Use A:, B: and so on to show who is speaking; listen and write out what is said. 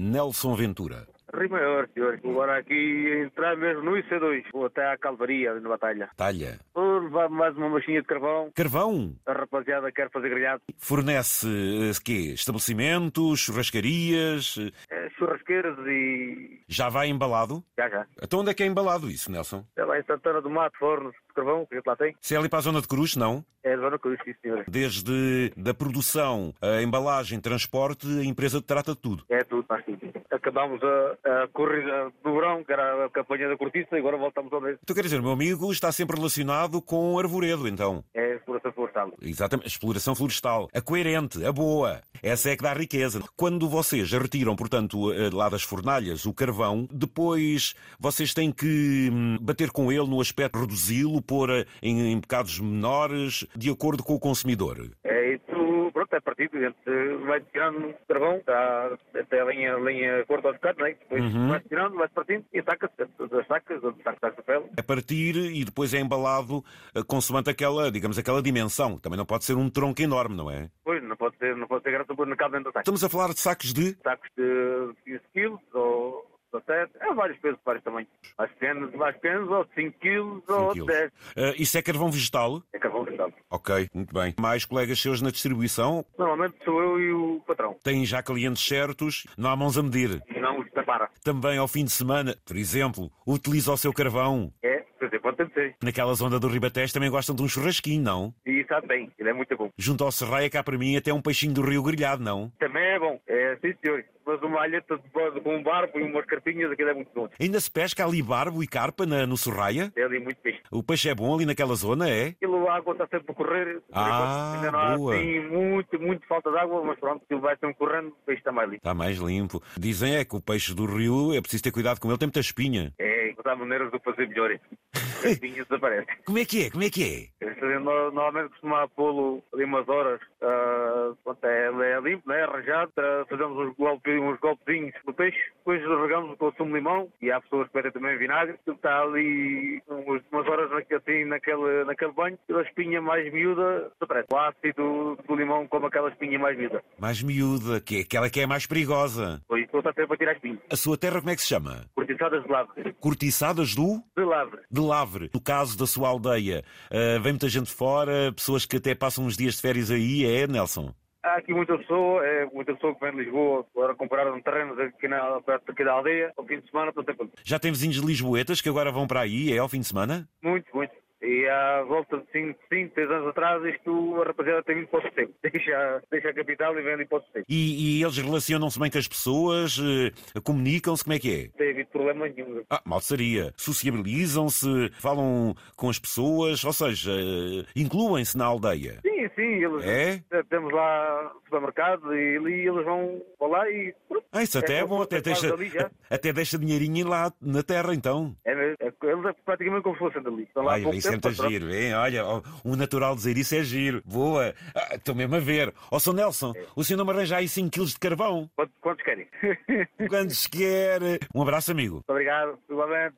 A: Nelson Ventura.
B: Rio Maior, senhor. Agora aqui entrar mesmo no IC2. Vou até à Calvaria, ali na Batalha.
A: Talha.
B: Vou levar mais uma machinha de carvão.
A: Carvão.
B: A rapaziada quer fazer grelhado.
A: Fornece eh, quê? Estabelecimentos, churrascarias. eh,
B: É, churrasqueiras e...
A: Já vai embalado?
B: Já, já.
A: Então onde é que é embalado isso, Nelson?
B: É lá em Santana do Mato, fornos de carvão, que a gente lá tem.
A: Se é ali para a zona de Cruz, não?
B: É a zona cruz, sim, senhor.
A: Desde da produção, a embalagem, transporte, a empresa trata de tudo.
B: É tudo, nós sim. Acabámos a, a corrida do verão, que era a campanha da cortiça, e agora voltamos ao mesmo.
A: Então quer dizer, meu amigo está sempre relacionado com arvoredo, então.
B: É a exploração florestal.
A: Exatamente, a exploração florestal, a coerente, a boa, essa é que dá riqueza. Quando vocês retiram, portanto, eh, lá das fornalhas o carvão, depois vocês têm que hum, bater com ele no aspecto reduzi-lo, pôr eh, em, em bocados menores, de acordo com o consumidor.
B: É isso, pronto, é partido. A gente vai tirando carvão, está até a linha, linha corta ao bocado, né? Depois vai tirando, vai partindo e saca-se das sacas, onde saca saca a pele.
A: A partir e depois é embalado eh, consoante aquela, digamos, aquela dimensão. Também não pode ser um tronco enorme, não é?
B: Pois, não pode ser, não pode ser grato porque não cabe dentro da saca.
A: Estamos a falar de sacos de.
B: Sacos de 15 quilos ou 17, é vários pesos, vários tamanhos. Mais pequenos, mais pequenos, ou de 5 quilos, ou de
A: quilos.
B: 10.
A: Eh, isso é carvão vegetal?
B: É carvão vegetal.
A: Ok, muito bem. Mais colegas seus na distribuição?
B: Normalmente sou eu e o patrão.
A: Têm já clientes certos? Não há mãos a medir.
B: Não se separa.
A: Também ao fim de semana, por exemplo, utiliza o seu carvão.
B: É, quer dizer, pode ser.
A: Naquela zona do Ribatejo também gostam de um churrasquinho, não?
B: E sabe bem, ele é muito bom.
A: Junto ao Serraia, cá para mim, até um peixinho do Rio Grelhado, não?
B: Também é bom. É, sim, senhor. Mas uma alheta de bode com um barbo e umas carpinhas, aquilo é muito bom.
A: Ainda se pesca ali barbo e carpa na- no Serraia?
B: É ali muito bem.
A: O peixe é bom ali naquela zona, é?
B: Aquilo, a água está sempre a correr.
A: Ah,
B: Ainda não há,
A: boa.
B: assim, muito, muito falta de água, mas pronto, aquilo vai sempre correndo, o peixe está mais limpo.
A: Está Tá mais limpo. Dizem é que o peixe do rio, é preciso ter cuidado com ele, tem muita espinha.
B: É, mas há maneiras de o fazer melhor. As carpinhas desaparecem.
A: Como é que é? Como é que é?
B: Eu, Normalmente costumava pô-lo ali umas horas. ah, pronto, é, é limpo, né? arranjado. ah, Fazemos uns, golpe, uns golpezinhos no peixe. Depois regamos com o sumo de limão. E há pessoas que pedem também vinagre. Ele Está ali umas, umas horas naque- assim, naquele, naquele banho. E a espinha mais miúda desaparece. O ácido do limão come aquela espinha mais miúda.
A: Mais miúda, que é aquela que é mais perigosa.
B: Pois estou a tempo a tirar a espinha.
A: A sua terra como é que se chama?
B: Cortiçadas de lavre.
A: Cortiçadas do?
B: De lavre.
A: de Lavre. No caso da sua aldeia, ah, vem muita gente fora, pessoas que até passam uns dias de férias aí, é, Nelson?
B: Há aqui muita pessoa, é muita pessoa que vem de Lisboa para comprar um terreno aqui na, perto aqui da aldeia. Ao fim de semana estou sempre
A: Já tem vizinhos lisboetas que agora vão para aí, é ao fim de semana?
B: Muito, muito. E à volta de 5, 6 anos atrás, isto a rapaziada tem vindo para o sossego. Deixa, deixa a capital e vem ali para o sossego.
A: E, e eles relacionam-se bem com as pessoas, eh, comunicam-se, como é que é?
B: Não tem havido problema nenhum.
A: Ah, mal seria. Sociabilizam-se, falam com as pessoas, ou seja, eh, incluem-se na aldeia.
B: Sim, sim, eles.
A: É?
B: Temos lá supermercado e ali eles vão para lá e. pronto.
A: Ah, isso até é,
B: É,
A: bom, até
B: é
A: deixa,
B: quase ali já.
A: até deixa dinheirinho lá na terra, então.
B: É, mesmo, é, eles é praticamente como se fossem dali. Estão lá há
A: Olha,
B: pouco
A: isso é
B: tempo,
A: muito
B: mas pronto.
A: giro, hein? Olha, ó, o natural dizer isso é giro. Boa. Ah, Estou mesmo a ver. Ó, Sr. Nelson, o senhor não me arranja aí 5 quilos de carvão?
B: Quantos, quantos querem?
A: Quando se quer. Um abraço, amigo.
B: Obrigado, igualmente.